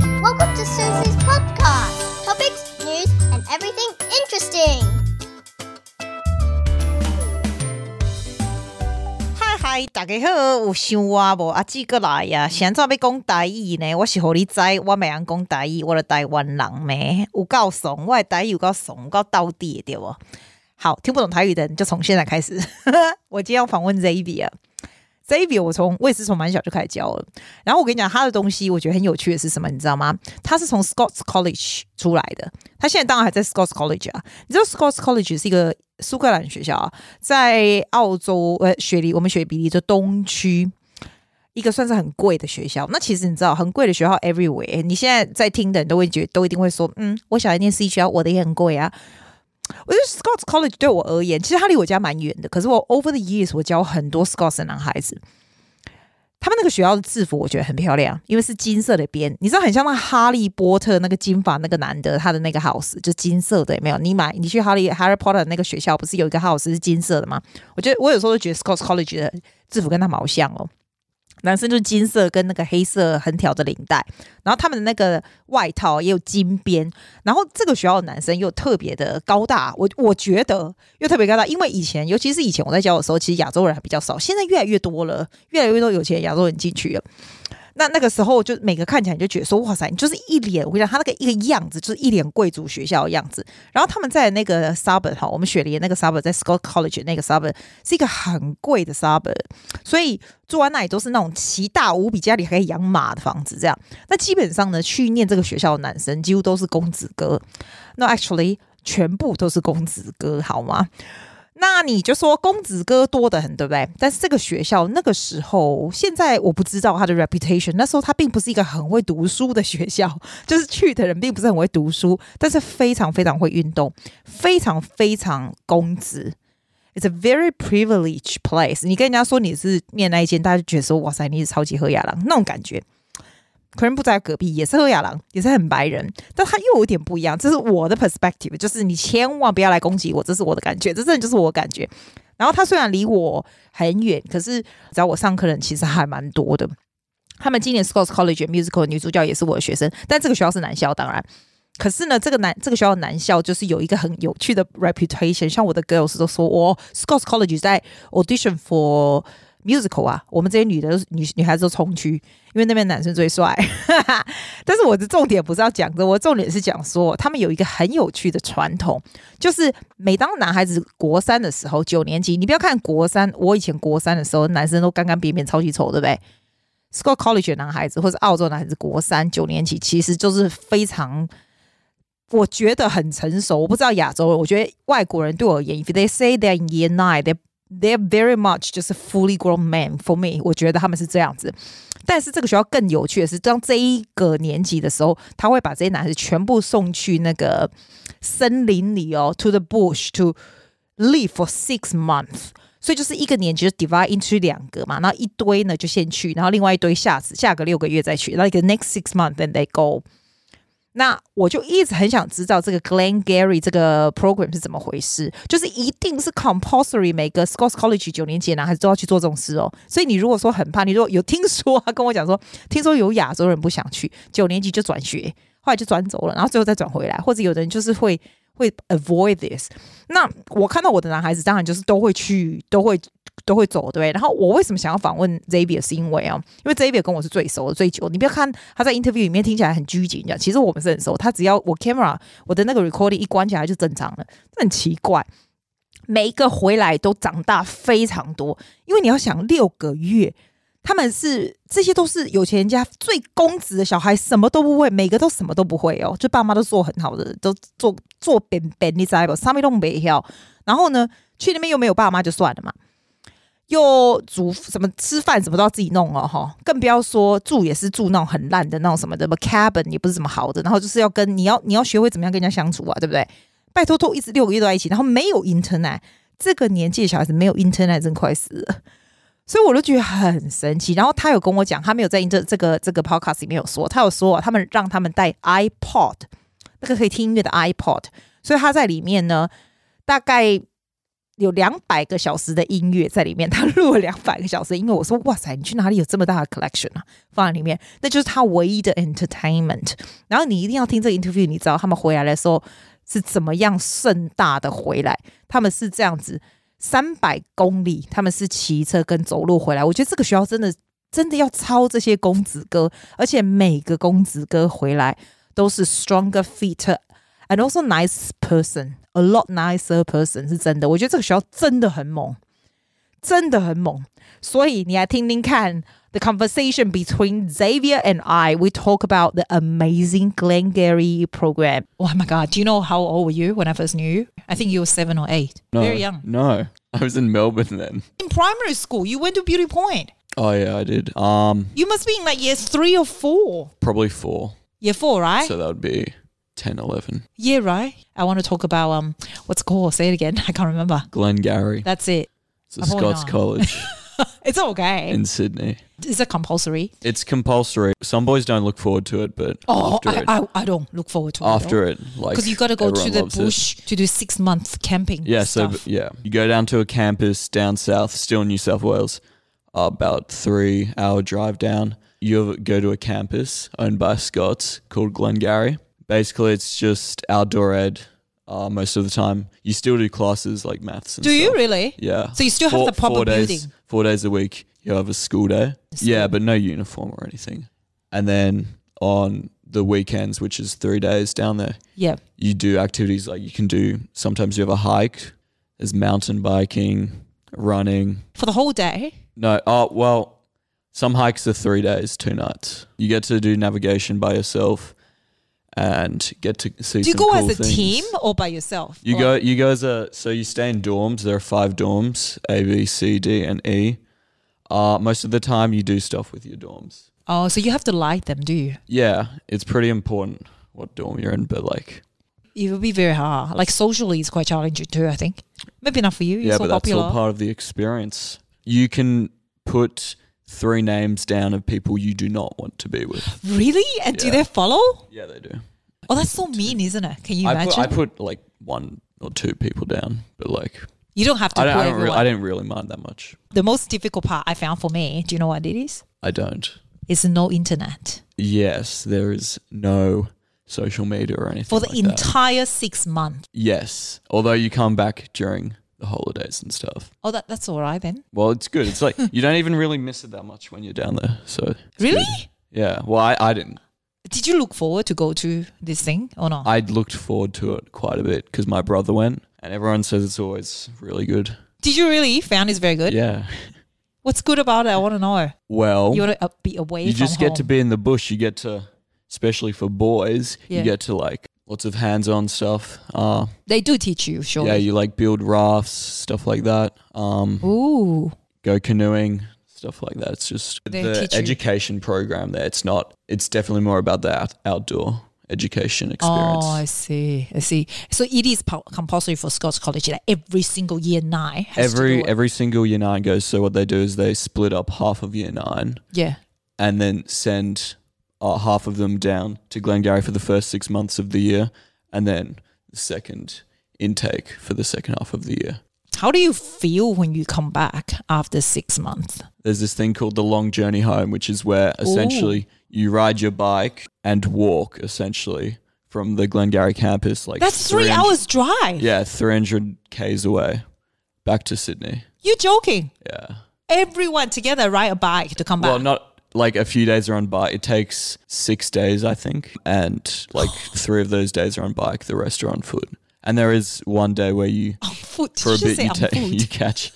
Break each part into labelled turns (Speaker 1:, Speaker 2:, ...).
Speaker 1: to Susie's podcast. Topics, news, and everything interesting.
Speaker 2: 嗨嗨，大家好，有想我无？阿姊过来啊呀，现在要讲台语呢，我是互你知，我袂晓讲台语，我著台湾人咩？有够怂，我的台语有够怂，有够到底的对无？好，听不懂台语的人就从现在开始。 我今天要访问 Zabi 啊，Zabi 我从我也是从蛮小就开始教了。然后我跟你讲，他的东西我觉得很有趣的是什么，你知道吗？他是从 Scots College 出来的，他现在当然还在 Scots College 啊。你知道 Scots College 是一个苏格兰学校啊，在澳洲呃雪梨，我们雪梨的东区。一个算是很贵的学校，那其实你知道，很贵的学校 everywhere。你现在在听的人都会觉得，都一定会说，嗯，我小孩念私立学校，我的也很贵啊。我觉得 Scots College 对我而言，其实它离我家蛮远的，可是我 over the years 我教很多 Scots 的男孩子，他们那个学校的制服我觉得很漂亮，因为是金色的边，你知道很像那哈利波特那个金发那个男的，他的那个 house 就金色的，有没有？你买你去哈利 Harry Potter 那个学校不是有一个 house 是金色的吗？我觉得我有时候都觉得 Scots College 的制服跟他们好像哦。男生就是金色跟那个黑色横条的领带，然后他们的那个外套也有金边，然后这个学校的男生又特别的高大，我我觉得又特别高大，因为以前尤其是以前我在教的时候，其实亚洲人还比较少，现在越来越多了，越来越多有钱的亚洲人进去了。那那个时候，就每个看起来你就觉得说，哇塞，你就是一脸，我跟你讲，他那个一个样子，就是一脸贵族学校的样子。然后他们在那个 suburb 哈，我们雪梨的那个 suburb，在 Scott College 的那个 suburb 是一个很贵的 suburb，所以住完那里都是那种奇大无比，家里还可以养马的房子这样。那基本上呢，去念这个学校的男生几乎都是公子哥，那 actually 全部都是公子哥，好吗？那你就说公子哥多得很，对不对？但是这个学校那个时候，现在我不知道他的 reputation。那时候他并不是一个很会读书的学校，就是去的人并不是很会读书，但是非常非常会运动，非常非常公子。It's a very privileged place。你跟人家说你是念那一间，大家就觉得说哇塞，你是超级喝雅郎那种感觉。可能不在隔壁也是喝雅郎，也是很白人，但他又有点不一样。这是我的 perspective，就是你千万不要来攻击我，这是我的感觉，这真的就是我的感觉。然后他虽然离我很远，可是找我上课的人其实还蛮多的。他们今年 Scots College 的 Musical 的女主角也是我的学生，但这个学校是男校，当然。可是呢，这个男这个学校的男校就是有一个很有趣的 reputation，像我的 girls 都说，我、Scots College 在 audition for musical 啊，我们这些女的女女孩子都冲去，因为那边男生最帅。 但是我的重点不是要讲这，我的重点是讲说他们有一个很有趣的传统，就是每当男孩子国三的时候，九年级，你不要看国三，我以前国三的时候，男生都干干扁扁，超级丑，对不对？Scott College 的男孩子或者澳洲男孩子，国三九年级其实就是非常。我觉得很成熟，我不知道亚洲人，我觉得外国人对我而言，if they say they're in year nine, they they're very much 就是 fully grown man for me，我觉得他们是这样子。但是这个学校更有趣的是，当这一个年级的时候，他会把这些男孩子全部送去那个森林里哦，to the bush to live for six months。所以就是一个年级就 divide into 两个嘛，然后一堆呢就先去，然后另外一堆下次下个六个月再去，然后一个 next six month then they go。那我就一直很想知道这个 Glen Gary 这个 program 是怎么回事，就是一定是 compulsory 每个 Scots College 九年级的男孩子都要去做这种事哦。所以你如果说很怕，你如果有听说啊，跟我讲说，听说有亚洲人不想去，九年级就转学，后来就转走了，然后最后再转回来，或者有的人就是会会 avoid this。那我看到我的男孩子，当然就是都会去，都会都会走，对不对？然后我为什么想要访问 Xavier，是因为啊、因为 Xavier 跟我是最熟的、最久的。你不要看他在 interview 里面听起来很拘谨，这样其实我们是很熟。他只要我 camera 我的那个 recording 一关起来就正常了，这很奇怪。每一个回来都长大非常多，因为你要想六个月，他们是这些都是有钱人家最公子的小孩，什么都不会，每个都什么都不会哦，就爸妈都做很好的，都做做扁扁，你知道不？啥咪都没要。然后呢，去那边又没有爸妈，就算了嘛。又煮什么吃饭什么都要自己弄哦，哈，更不要说住也是住那种很烂的那种什么的什么 cabin 也不是什么好的，然后就是要跟你要你要学会怎么样跟人家相处啊，对不对？拜托托一直六个月都在一起，然后没有 internet，这个年纪的小孩子没有 internet 真快死了。所以我就觉得很神奇，然后他有跟我讲，他没有在这这个这个 podcast 里面有说，他有说啊他们让他们带 iPod，那个可以听音乐的 iPod，所以他在里面呢，大概
Speaker 3: 有两百个小时的音乐在里面，他录了两百个小时的音乐。我说哇塞，你去哪里有这么大的 collection 啊？放在里面，那就是他唯一的 entertainment。然后你一定要听这个 interview，你知道他们回来的时候是怎么样盛大的回来，他们是这样子。三百公里，他们是骑车跟走路回来。我觉得这个学校真的真的要抄这些公子哥，而且每个公子哥回来都是 stronger feet and also nice person, a lot nicer person，是真的。我觉得这个学校真的很猛，真的很猛。所以你来听听看，the conversation between Xavier and I. We talk about the amazing Glengarry program.
Speaker 2: Oh my God. Do you know how old were you when I first knew you? I think you were seven or eight.
Speaker 4: No,
Speaker 2: Very young.
Speaker 4: No, I was in Melbourne then.
Speaker 2: In primary school, you went to Beauty Point.
Speaker 4: Oh yeah, I did. Um,
Speaker 2: You must be in like year three or four.
Speaker 4: probably four.
Speaker 2: Year four, right?
Speaker 4: So that would be 10, 11.
Speaker 2: yeah, right. I want to talk about um, what's it called? Say it again. I can't remember.
Speaker 4: Glengarry.
Speaker 2: That's it.
Speaker 4: It's a
Speaker 2: I've already
Speaker 4: Scots
Speaker 2: gone.
Speaker 4: college
Speaker 2: It's okay.
Speaker 4: in Sydney.
Speaker 2: Is it compulsory?
Speaker 4: It's compulsory. Some boys don't look forward to it, but
Speaker 2: Oh,
Speaker 4: after
Speaker 2: I,
Speaker 4: it,
Speaker 2: I, I don't look forward to it.
Speaker 4: after it, like
Speaker 2: because you got to go to
Speaker 4: everyone
Speaker 2: the
Speaker 4: loves it.
Speaker 2: bush to do six month camping.
Speaker 4: Yeah, so
Speaker 2: stuff.
Speaker 4: b- yeah, you go down to a campus down south, still in New South Wales, about three hour drive down. You go to a campus owned by Scots called Glengarry. Basically, it's just outdoor ed uh, most of the time. You still do classes like maths. And
Speaker 2: do you
Speaker 4: stuff.
Speaker 2: really?
Speaker 4: Yeah.
Speaker 2: So you still have the proper
Speaker 4: four days,
Speaker 2: building?
Speaker 4: Four days a week, you have a school day. Yeah, but no uniform or anything. And then on the weekends, which is three days down there,
Speaker 2: Yeah.
Speaker 4: you do activities like you can do sometimes you have a hike there's mountain biking running
Speaker 2: For the whole day.
Speaker 4: no oh well some hikes are three days two nights you get to do navigation by yourself and get to see
Speaker 2: Do you
Speaker 4: some
Speaker 2: go as
Speaker 4: cool
Speaker 2: a
Speaker 4: things.
Speaker 2: team or by yourself?
Speaker 4: you
Speaker 2: Or-
Speaker 4: go you go as a so you stay in dorms there are five dorms a b c d and e uh, most of the time you do stuff with your dorms
Speaker 2: Oh, so you have to like them, do you?
Speaker 4: yeah it's pretty important what dorm you're in but like
Speaker 2: It would be very hard. Like socially, it's quite challenging too. I think maybe not for you. You're
Speaker 4: yeah,
Speaker 2: so
Speaker 4: but that's
Speaker 2: popular.
Speaker 4: all part of the experience. You can put three names down of people you do not want to be with.
Speaker 2: really? And do
Speaker 4: Yeah.
Speaker 2: they follow?
Speaker 4: Yeah, they do.
Speaker 2: Oh, that's so mean, isn't it? Can you
Speaker 4: I
Speaker 2: imagine?
Speaker 4: put, I put like one or two people down, but like
Speaker 2: you don't have to
Speaker 4: I don't,
Speaker 2: put
Speaker 4: I, don't re-
Speaker 2: everyone.
Speaker 4: I didn't really mind that much.
Speaker 2: the most difficult part I found for me, do you know what it is?
Speaker 4: I don't.
Speaker 2: It's no internet
Speaker 4: Yes, there is no social media or anything
Speaker 2: for the
Speaker 4: like that.
Speaker 2: entire six months.
Speaker 4: yes, although you come back during the holidays and stuff.
Speaker 2: Oh, that, that's all right then.
Speaker 4: Well, it's good. It's like you don't even really miss it that much when you're down there. So
Speaker 2: Really?
Speaker 4: yeah. Well, I, I didn't.
Speaker 2: Did you look forward to go to this thing or not?
Speaker 4: I looked forward to it quite a bit because my brother went, and everyone says it's always really good.
Speaker 2: Did you really found it's very good?
Speaker 4: Yeah.
Speaker 2: What's good about it? I want to know.
Speaker 4: Well,
Speaker 2: You
Speaker 4: you
Speaker 2: want to be away. from
Speaker 4: just get to
Speaker 2: home.
Speaker 4: be in the bush. You get to, especially for boys,
Speaker 2: Yeah.
Speaker 4: you get to like lots of hands-on stuff. Uh,
Speaker 2: They do teach you, sure.
Speaker 4: yeah, you like build rafts, stuff like that. Um,
Speaker 2: Ooh,
Speaker 4: go canoeing, stuff like that. It's just
Speaker 2: They
Speaker 4: the
Speaker 2: teach you-
Speaker 4: education program there. It's not. It's definitely more about the out- outdoor education experience.
Speaker 2: oh, I see, I see. So it is po- compulsory for Scots College that every single year nine has to
Speaker 4: every
Speaker 2: do it.
Speaker 4: every single year nine goes. So what they do is they split up half of year nine.
Speaker 2: yeah.
Speaker 4: and then send uh, half of them down to Glengarry for the first six months of the year, and then the second intake for the second half of the year.
Speaker 2: How do you feel when you come back after six months?
Speaker 4: There's this thing called the long journey home, which is where essentially you ride your bike and walk essentially from the Glengarry campus. Like
Speaker 2: That's three
Speaker 4: 300
Speaker 2: hours drive.
Speaker 4: Yeah, 300 k's away, back to Sydney.
Speaker 2: You're joking.
Speaker 4: Yeah.
Speaker 2: Everyone together ride a bike to come back.
Speaker 4: Well, not like a few days are on bike. It takes six days, I think, and like three of those days are on bike. The rest are on foot. And there is one day where you,
Speaker 2: on foot.
Speaker 4: for a
Speaker 2: Oh, Did you
Speaker 4: bit,
Speaker 2: say
Speaker 4: you,
Speaker 2: on
Speaker 4: ta-
Speaker 2: foot?
Speaker 4: you catch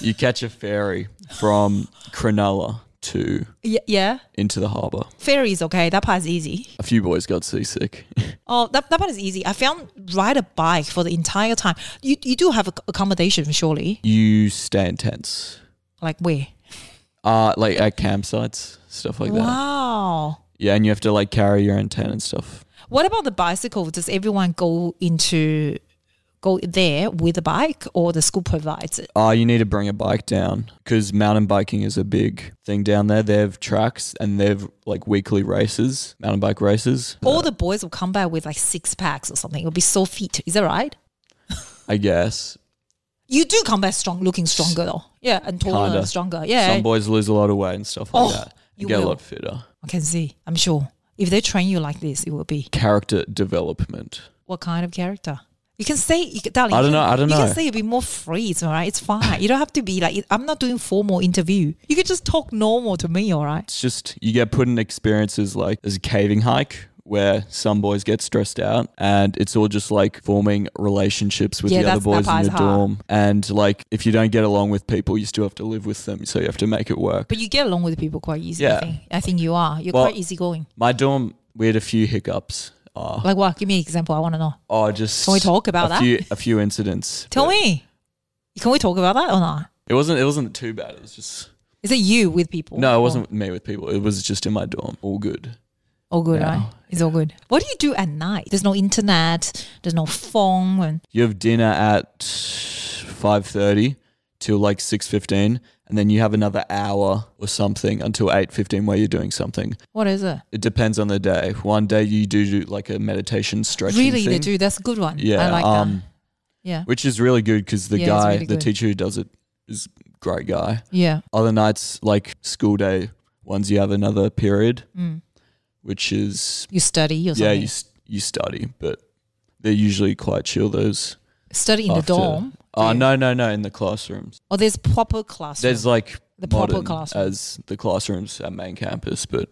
Speaker 4: you catch a ferry from Cronulla to
Speaker 2: yeah, yeah.
Speaker 4: into the harbour.
Speaker 2: Ferry is okay. That part is easy.
Speaker 4: A few boys got seasick.
Speaker 2: Oh, that, that part is easy. I found ride a bike for the entire time. You you do have ac- accommodation, surely?
Speaker 4: you stay in tents,
Speaker 2: Like where?
Speaker 4: uh, like at campsites, stuff like that.
Speaker 2: Wow.
Speaker 4: Yeah, and you have to like carry your own tent and stuff.
Speaker 2: What about the bicycle? Does everyone go into go there with a bike, or the school provides it?
Speaker 4: Oh, you need to bring a bike down because mountain biking is a big thing down there. They have tracks and they have like weekly races, mountain bike races.
Speaker 2: All the boys will come back with like six packs or something. It'll be so fit. Is that right?
Speaker 4: I guess.
Speaker 2: You do come back strong, looking stronger though. Yeah, and taller
Speaker 4: Kinda.
Speaker 2: and stronger. Yeah,
Speaker 4: Some boys lose a lot of weight and stuff like
Speaker 2: Oh,
Speaker 4: that.
Speaker 2: you
Speaker 4: You get a
Speaker 2: will.
Speaker 4: lot fitter.
Speaker 2: I can see. I'm sure if they train you like this, it will be
Speaker 4: Character development.
Speaker 2: what kind of character? You can say, you can, darling.
Speaker 4: I don't
Speaker 2: you
Speaker 4: know,
Speaker 2: can-
Speaker 4: I don't
Speaker 2: You
Speaker 4: know.
Speaker 2: can say you'll be more free. It's all right. It's fine. You don't have to be like. I'm not doing formal interview. You can just talk normal to me. All right.
Speaker 4: It's just you get put in experiences like there's a caving hike where some boys get stressed out and it's all just like forming relationships with
Speaker 2: Yeah,
Speaker 4: the other
Speaker 2: that's-
Speaker 4: boys
Speaker 2: that
Speaker 4: in your
Speaker 2: part's hard.
Speaker 4: dorm. And like if you don't get along with people, you still have to live with them. So you have to make it work.
Speaker 2: But you get along with people quite easy.
Speaker 4: Yeah.
Speaker 2: I think, I think you are. You're
Speaker 4: Well-
Speaker 2: quite easygoing.
Speaker 4: My dorm, we had a few hiccups. Oh,
Speaker 2: Like what? Give me an example. I want to know.
Speaker 4: oh just
Speaker 2: Can we talk about
Speaker 4: a
Speaker 2: that?
Speaker 4: Few, a few incidents.
Speaker 2: Tell
Speaker 4: but
Speaker 2: me. Can we talk about that or not?
Speaker 4: It wasn't. It wasn't too bad. It was just
Speaker 2: Is it you with people?
Speaker 4: no. It
Speaker 2: Or-
Speaker 4: wasn't me with people. It was just in my dorm. All good.
Speaker 2: All good,
Speaker 4: Yeah.
Speaker 2: right? It's all good. What do you do at night? There's no internet. There's no phone. And
Speaker 4: you have dinner at 5.30 till like 6.15 and then you have another hour or something until 8.15 where you're doing something
Speaker 2: what is it?
Speaker 4: it depends on the day one day you do, do like a meditation stretching
Speaker 2: really,
Speaker 4: thing,
Speaker 2: they do. That's a good one.
Speaker 4: yeah
Speaker 2: I like
Speaker 4: um,
Speaker 2: that. Yeah,
Speaker 4: which is really good because the
Speaker 2: Yeah, it's
Speaker 4: guy
Speaker 2: really
Speaker 4: the
Speaker 2: good.
Speaker 4: teacher who does it is a great guy
Speaker 2: yeah.
Speaker 4: other nights like school day ones you have another period
Speaker 2: Mm.
Speaker 4: which is
Speaker 2: You study or something.
Speaker 4: yeah you, s- you study but they're usually quite chill those
Speaker 2: study in the
Speaker 4: after-
Speaker 2: dorm.
Speaker 4: oh
Speaker 2: Yeah.
Speaker 4: no no no in the classrooms
Speaker 2: Or there's proper classroom.
Speaker 4: There's like
Speaker 2: The proper
Speaker 4: modern
Speaker 2: classroom.
Speaker 4: as the classrooms at main campus, but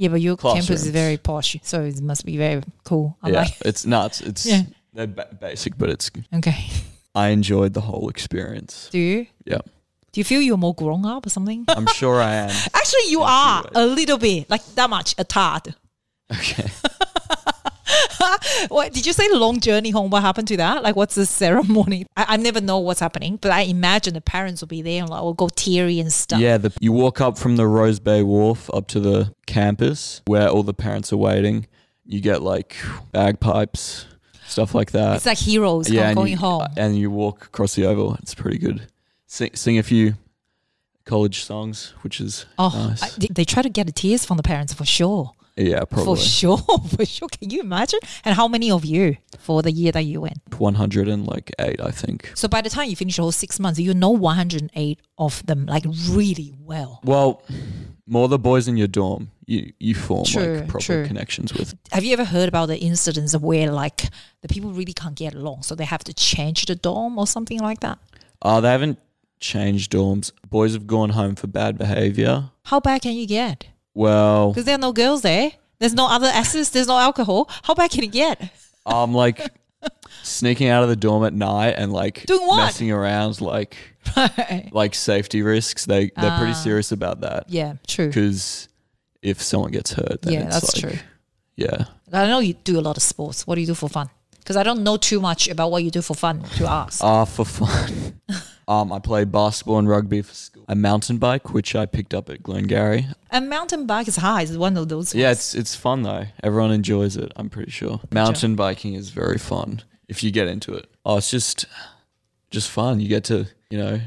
Speaker 2: yeah, but your campus
Speaker 4: classrooms.
Speaker 2: is very posh, so it must be very cool. I
Speaker 4: yeah,
Speaker 2: like.
Speaker 4: it's nuts. It's
Speaker 2: Yeah.
Speaker 4: they're ba- basic, but it's.
Speaker 2: Okay.
Speaker 4: I enjoyed the whole experience.
Speaker 2: Do you?
Speaker 4: Yeah,
Speaker 2: Do you feel you're more grown up or something?
Speaker 4: I'm sure I am.
Speaker 2: Actually, you are a little bit like that much a tad.
Speaker 4: Okay,
Speaker 2: What did you say? Long journey home. What happened to that? Like, what's the ceremony? I, I never know what's happening, but I imagine the parents will be there and like, will go teary and stuff.
Speaker 4: yeah. The, you walk up from the Rose Bay Wharf up to the campus where all the parents are waiting. You get like bagpipes, stuff like that.
Speaker 2: It's like heroes come
Speaker 4: and
Speaker 2: going
Speaker 4: you, uh,
Speaker 2: home.
Speaker 4: and you walk across the oval. It's pretty good. Sing, sing a few college songs, which is
Speaker 2: oh,
Speaker 4: nice.
Speaker 2: I- they- they try to get the tears from the parents for sure.
Speaker 4: yeah, probably.
Speaker 2: For sure, for sure. Can you imagine? And how many of you for the year that you went?
Speaker 4: 108, I think.
Speaker 2: So by the time you finish all six months, you know 108 of them like really well.
Speaker 4: Well, more the boys in your dorm, you, you form
Speaker 2: True,
Speaker 4: like proper
Speaker 2: true.
Speaker 4: connections with.
Speaker 2: Have you ever heard about the incidents where like the people really can't get along, so they have to change the dorm or something like that?
Speaker 4: Uh, they haven't changed dorms. Boys have gone home for bad behavior.
Speaker 2: How bad can you get?
Speaker 4: Well,
Speaker 2: Because there are no girls there. There's no other assets. There's no alcohol. How bad can it get?
Speaker 4: I'm like sneaking out of the dorm at night and like
Speaker 2: Doing what?
Speaker 4: messing around, like like safety risks. They they're pretty serious about that
Speaker 2: Ah. yeah, true.
Speaker 4: because if someone gets hurt, then
Speaker 2: Yeah,
Speaker 4: it's
Speaker 2: that's
Speaker 4: like,
Speaker 2: true.
Speaker 4: Yeah,
Speaker 2: I know you do a lot of sports. What do you do for fun? Because I don't know too much about what you do for fun to ask.
Speaker 4: Ah, for fun. um, I play basketball and rugby for school. A mountain bike, which I picked up at Glengarry.
Speaker 2: And mountain bike is high. It's one of those.
Speaker 4: Yeah,
Speaker 2: ones.
Speaker 4: it's it's fun though. Everyone enjoys it. I'm pretty sure. Mountain biking is very fun if you get into it. Oh, it's just just fun. You get to you know.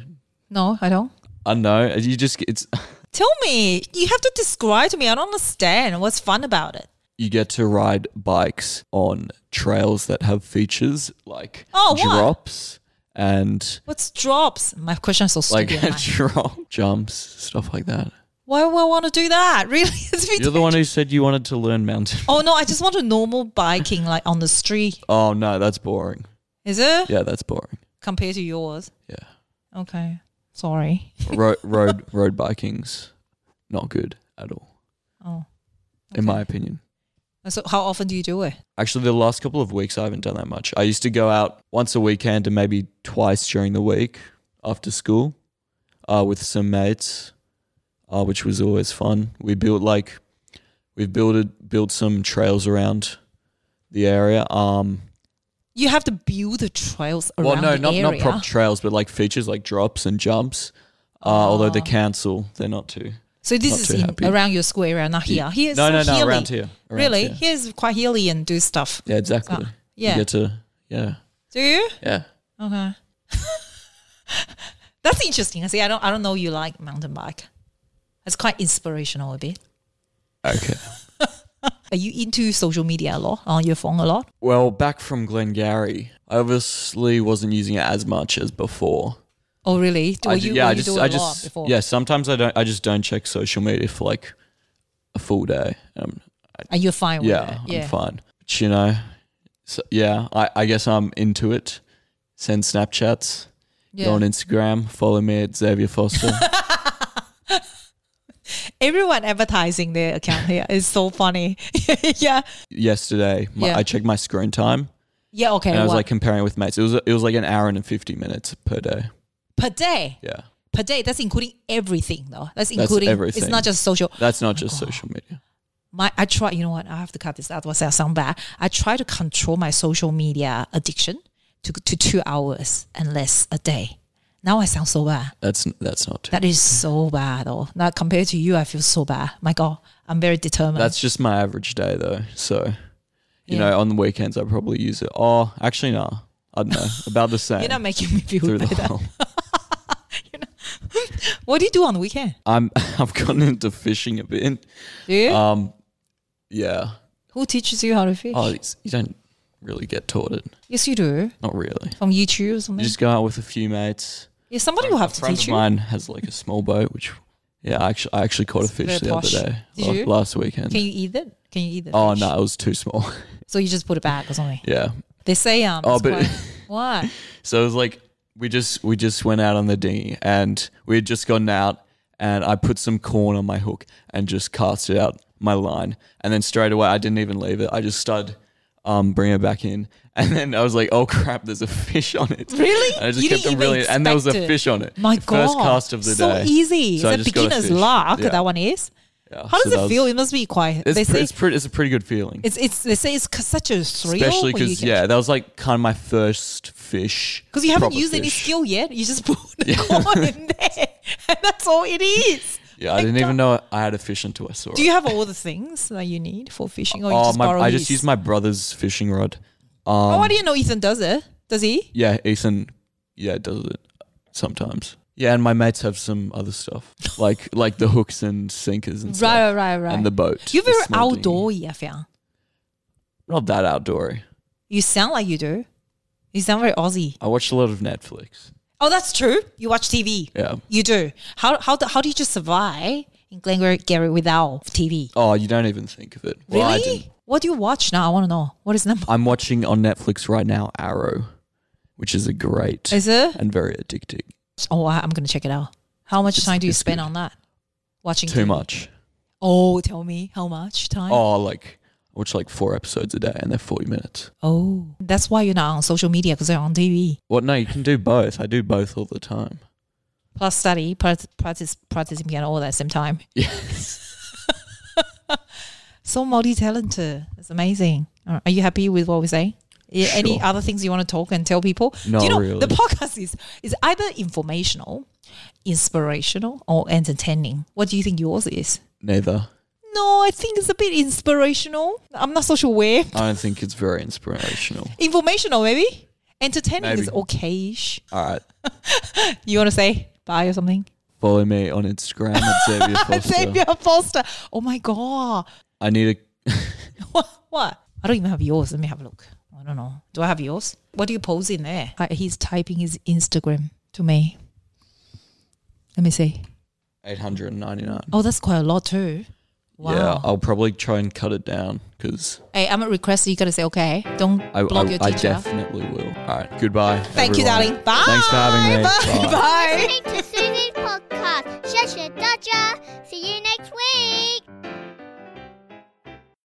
Speaker 2: No, I don't.
Speaker 4: I don't know. You just it's
Speaker 2: Tell me. You have to describe to me. I don't understand what's fun about it.
Speaker 4: you get to ride bikes on trails that have features like
Speaker 2: Oh, what?
Speaker 4: drops and
Speaker 2: What's drops? My question is so
Speaker 4: like
Speaker 2: stupid. am I?
Speaker 4: drop jumps, stuff like that.
Speaker 2: Why would I want to do that? Really? It's
Speaker 4: You're the one who said you wanted to learn mountain.
Speaker 2: Oh no, I just want a normal biking like on the street.
Speaker 4: Oh no, that's boring.
Speaker 2: Is it
Speaker 4: Yeah, that's boring.
Speaker 2: compared to yours?
Speaker 4: Yeah.
Speaker 2: Okay, sorry.
Speaker 4: Road road road biking's not good at all,
Speaker 2: Oh,
Speaker 4: in my opinion.
Speaker 2: so how often do you do it?
Speaker 4: Actually, the last couple of weeks I haven't done that much. I used to go out once a weekend and maybe twice during the week after school uh, with some mates, uh, which was always fun. We built like we've built built some trails around the area. Um,
Speaker 2: You have to build the trails around
Speaker 4: well, no,
Speaker 2: the
Speaker 4: not
Speaker 2: area.
Speaker 4: not prop trails, but like features like drops and jumps. Uh, Although
Speaker 2: Ah.
Speaker 4: the council, they're not too.
Speaker 2: so
Speaker 4: not
Speaker 2: this is
Speaker 4: too
Speaker 2: in,
Speaker 4: happy.
Speaker 2: around your school area, not here. Here is
Speaker 4: no,
Speaker 2: so
Speaker 4: no, no,
Speaker 2: hilly.
Speaker 4: around here. around
Speaker 2: really,
Speaker 4: here.
Speaker 2: here's quite hilly and do stuff.
Speaker 4: Yeah, exactly.
Speaker 2: yeah.
Speaker 4: You get to, yeah,
Speaker 2: Do you?
Speaker 4: yeah.
Speaker 2: Okay. That's interesting. I see. I don't. I don't know. You like mountain bike. That's quite inspirational a bit.
Speaker 4: Okay.
Speaker 2: Are you into social media a lot? On your phone a lot?
Speaker 4: well, back from Glengarry, I obviously wasn't using it as much as before.
Speaker 2: Oh, really? Were
Speaker 4: I,
Speaker 2: you,
Speaker 4: ju- yeah,
Speaker 2: were
Speaker 4: I
Speaker 2: you
Speaker 4: just,
Speaker 2: doing
Speaker 4: I
Speaker 2: a lot
Speaker 4: just,
Speaker 2: before?
Speaker 4: yeah. Sometimes I don't, I just don't check social media for like a full day. Um,
Speaker 2: And you're fine with
Speaker 4: yeah,
Speaker 2: it. Yeah.
Speaker 4: I'm fine. But you know, so, yeah, I, I guess I'm into it. Send Snapchats.
Speaker 2: Yeah.
Speaker 4: Go on Instagram. Follow me at Xavier Foster.
Speaker 2: Everyone advertising their account here is so funny. yeah.
Speaker 4: Yesterday, my,
Speaker 2: Yeah.
Speaker 4: I checked my screen time
Speaker 2: Yeah. Okay.
Speaker 4: and I was
Speaker 2: what?
Speaker 4: like comparing it with mates. It was it was like an hour and fifty minutes per day.
Speaker 2: per day,
Speaker 4: Yeah,
Speaker 2: per day. That's including everything, though. That's including. It's
Speaker 4: everything.
Speaker 2: not just social.
Speaker 4: that's not just social media.
Speaker 2: My, I try. You know what? I have to cut this out. Otherwise, I sound bad. I try to control my social media addiction to to two hours and less a day. Now I sound so bad.
Speaker 4: That's that's not.
Speaker 2: That is so bad, though. Now compared to you, I feel so bad. My God, I'm very determined.
Speaker 4: That's just my average day though. So,
Speaker 2: Yeah.
Speaker 4: you know, on the weekends I probably use it. Oh, actually, no. I don't know. About the same.
Speaker 2: You're not making me feel
Speaker 4: through the
Speaker 2: better.
Speaker 4: whole.
Speaker 2: What do you do on the weekend?
Speaker 4: I'm I've gotten into fishing a bit.
Speaker 2: Do you?
Speaker 4: Um, yeah.
Speaker 2: Who teaches you how to fish?
Speaker 4: Oh, it's, you don't really get taught it.
Speaker 2: yes, you do.
Speaker 4: Not really.
Speaker 2: From YouTube or something.
Speaker 4: You just go out with a few mates.
Speaker 2: yeah, somebody will have
Speaker 4: a
Speaker 2: to
Speaker 4: friend
Speaker 2: teach
Speaker 4: of
Speaker 2: you.
Speaker 4: mine has like a small boat, which yeah, I actually I actually caught a fish
Speaker 2: very
Speaker 4: the
Speaker 2: posh.
Speaker 4: other day
Speaker 2: Did
Speaker 4: la-
Speaker 2: you?
Speaker 4: last weekend.
Speaker 2: Can you eat it? Can you eat it?
Speaker 4: oh no, it was too small.
Speaker 2: So you just put it back or something.
Speaker 4: yeah.
Speaker 2: They say um.
Speaker 4: Oh,
Speaker 2: it's
Speaker 4: but-
Speaker 2: quite- why?
Speaker 4: So it was like we just we just went out on the dinghy and we had just gotten out and I put some corn on my hook and just cast it out my line and then straight away I didn't even leave it. I just started um, bringing it back in and then I was like, oh crap, there's a fish on it.
Speaker 2: Really?
Speaker 4: And I just
Speaker 2: You
Speaker 4: kept
Speaker 2: didn't even
Speaker 4: on reeling it, and there was
Speaker 2: expect
Speaker 4: a
Speaker 2: it.
Speaker 4: fish on it.
Speaker 2: My
Speaker 4: The
Speaker 2: God,
Speaker 4: first cast of the
Speaker 2: so
Speaker 4: day.
Speaker 2: easy.
Speaker 4: So I
Speaker 2: it's a
Speaker 4: just got
Speaker 2: beginner's
Speaker 4: fish.
Speaker 2: luck.
Speaker 4: Yeah.
Speaker 2: That one is.
Speaker 4: Yeah.
Speaker 2: How does
Speaker 4: So that
Speaker 2: it
Speaker 4: was-
Speaker 2: feel? It must be quite.
Speaker 4: It's,
Speaker 2: they
Speaker 4: pre-
Speaker 2: say
Speaker 4: it's, pretty, it's a pretty good feeling.
Speaker 2: it's, it's they say it's c- such a thrill.
Speaker 4: Especially
Speaker 2: when you
Speaker 4: because,
Speaker 2: get-
Speaker 4: yeah, that was like kind of my first fish.
Speaker 2: Because you haven't
Speaker 4: proper
Speaker 2: used any
Speaker 4: fish.
Speaker 2: skill yet. You just put the corn in there. And that's all it is.
Speaker 4: Yeah, I didn't even know I had a fish until I saw it. Oh,
Speaker 2: Do you have all the things that you need for fishing? Or you just
Speaker 4: my,
Speaker 2: borrow
Speaker 4: I
Speaker 2: his?
Speaker 4: just use my um, brother's fishing rod.
Speaker 2: oh, I didn't know Ethan does it. Does he?
Speaker 4: Yeah, Ethan. Yeah, does it sometimes. Yeah, and my mates have some other stuff like like the hooks and sinkers and stuff,
Speaker 2: Right, right, right.
Speaker 4: and the boat.
Speaker 2: You're
Speaker 4: the
Speaker 2: very
Speaker 4: small dinghy.
Speaker 2: outdoorsy, I feel.
Speaker 4: Not that outdoory.
Speaker 2: You sound like you do. You sound very Aussie.
Speaker 4: I watched a lot of Netflix.
Speaker 2: Oh, that's true. You watch TV.
Speaker 4: Yeah.
Speaker 2: You do. How how do, how do you just survive in Glengarry without TV?
Speaker 4: Oh, you don't even think of it. Well, I
Speaker 2: really?
Speaker 4: didn't.
Speaker 2: what do you watch now? I want to know. What is number?
Speaker 4: I'm watching on Netflix right now Arrow, which is a great
Speaker 2: Is it?
Speaker 4: and very addicting.
Speaker 2: Oh, I, I'm gonna check it out. How much
Speaker 4: It's-
Speaker 2: time do you
Speaker 4: it's
Speaker 2: spend
Speaker 4: good.
Speaker 2: on that? Watching
Speaker 4: Too
Speaker 2: TV?
Speaker 4: much.
Speaker 2: Oh, tell me how much time? Oh.
Speaker 4: Oh, like I watch like four episodes a day, and they're forty minutes.
Speaker 2: Oh. that's why you're not on social media because you're on TV.
Speaker 4: What? No, you can do both. I do both all the time.
Speaker 2: Plus study, plus practice, practicing piano all at the same time.
Speaker 4: Yes.
Speaker 2: So multi-talented. That's amazing. All right. Are you happy with what we say? Yeah, Any
Speaker 4: Sure.
Speaker 2: other things you want to talk and tell people? Do you
Speaker 4: Not
Speaker 2: know
Speaker 4: really.
Speaker 2: the podcast is is either informational, inspirational, or entertaining? What do you think yours is?
Speaker 4: Neither.
Speaker 2: No, I think it's a bit inspirational. I'm not so sure where.
Speaker 4: I don't think it's very inspirational.
Speaker 2: Informational, maybe. Entertaining is
Speaker 4: Maybe.
Speaker 2: okayish.
Speaker 4: All right.
Speaker 2: You want to say bye or something?
Speaker 4: Follow me on Instagram at Xavier Foster.
Speaker 2: Xavier Foster. Oh my god.
Speaker 4: I need a.
Speaker 2: What? What? I don't even have yours. Let me have a look. I don't know. Do I have yours? What do you post in there? I, Uh, he's typing his Instagram to me. Let me see.
Speaker 4: 899.
Speaker 2: Oh, that's quite a lot too. Wow.
Speaker 4: Yeah, I'll probably try and cut it down because
Speaker 2: hey, I'm a requester. You gotta say okay. Don't
Speaker 4: I,
Speaker 2: block
Speaker 4: I,
Speaker 2: your
Speaker 4: I
Speaker 2: teacher.
Speaker 4: definitely will. All right. Goodbye.
Speaker 2: Thank you,
Speaker 4: everyone.
Speaker 2: darling. Bye.
Speaker 4: Thanks for having me.
Speaker 2: Bye. Bye.
Speaker 1: Listening to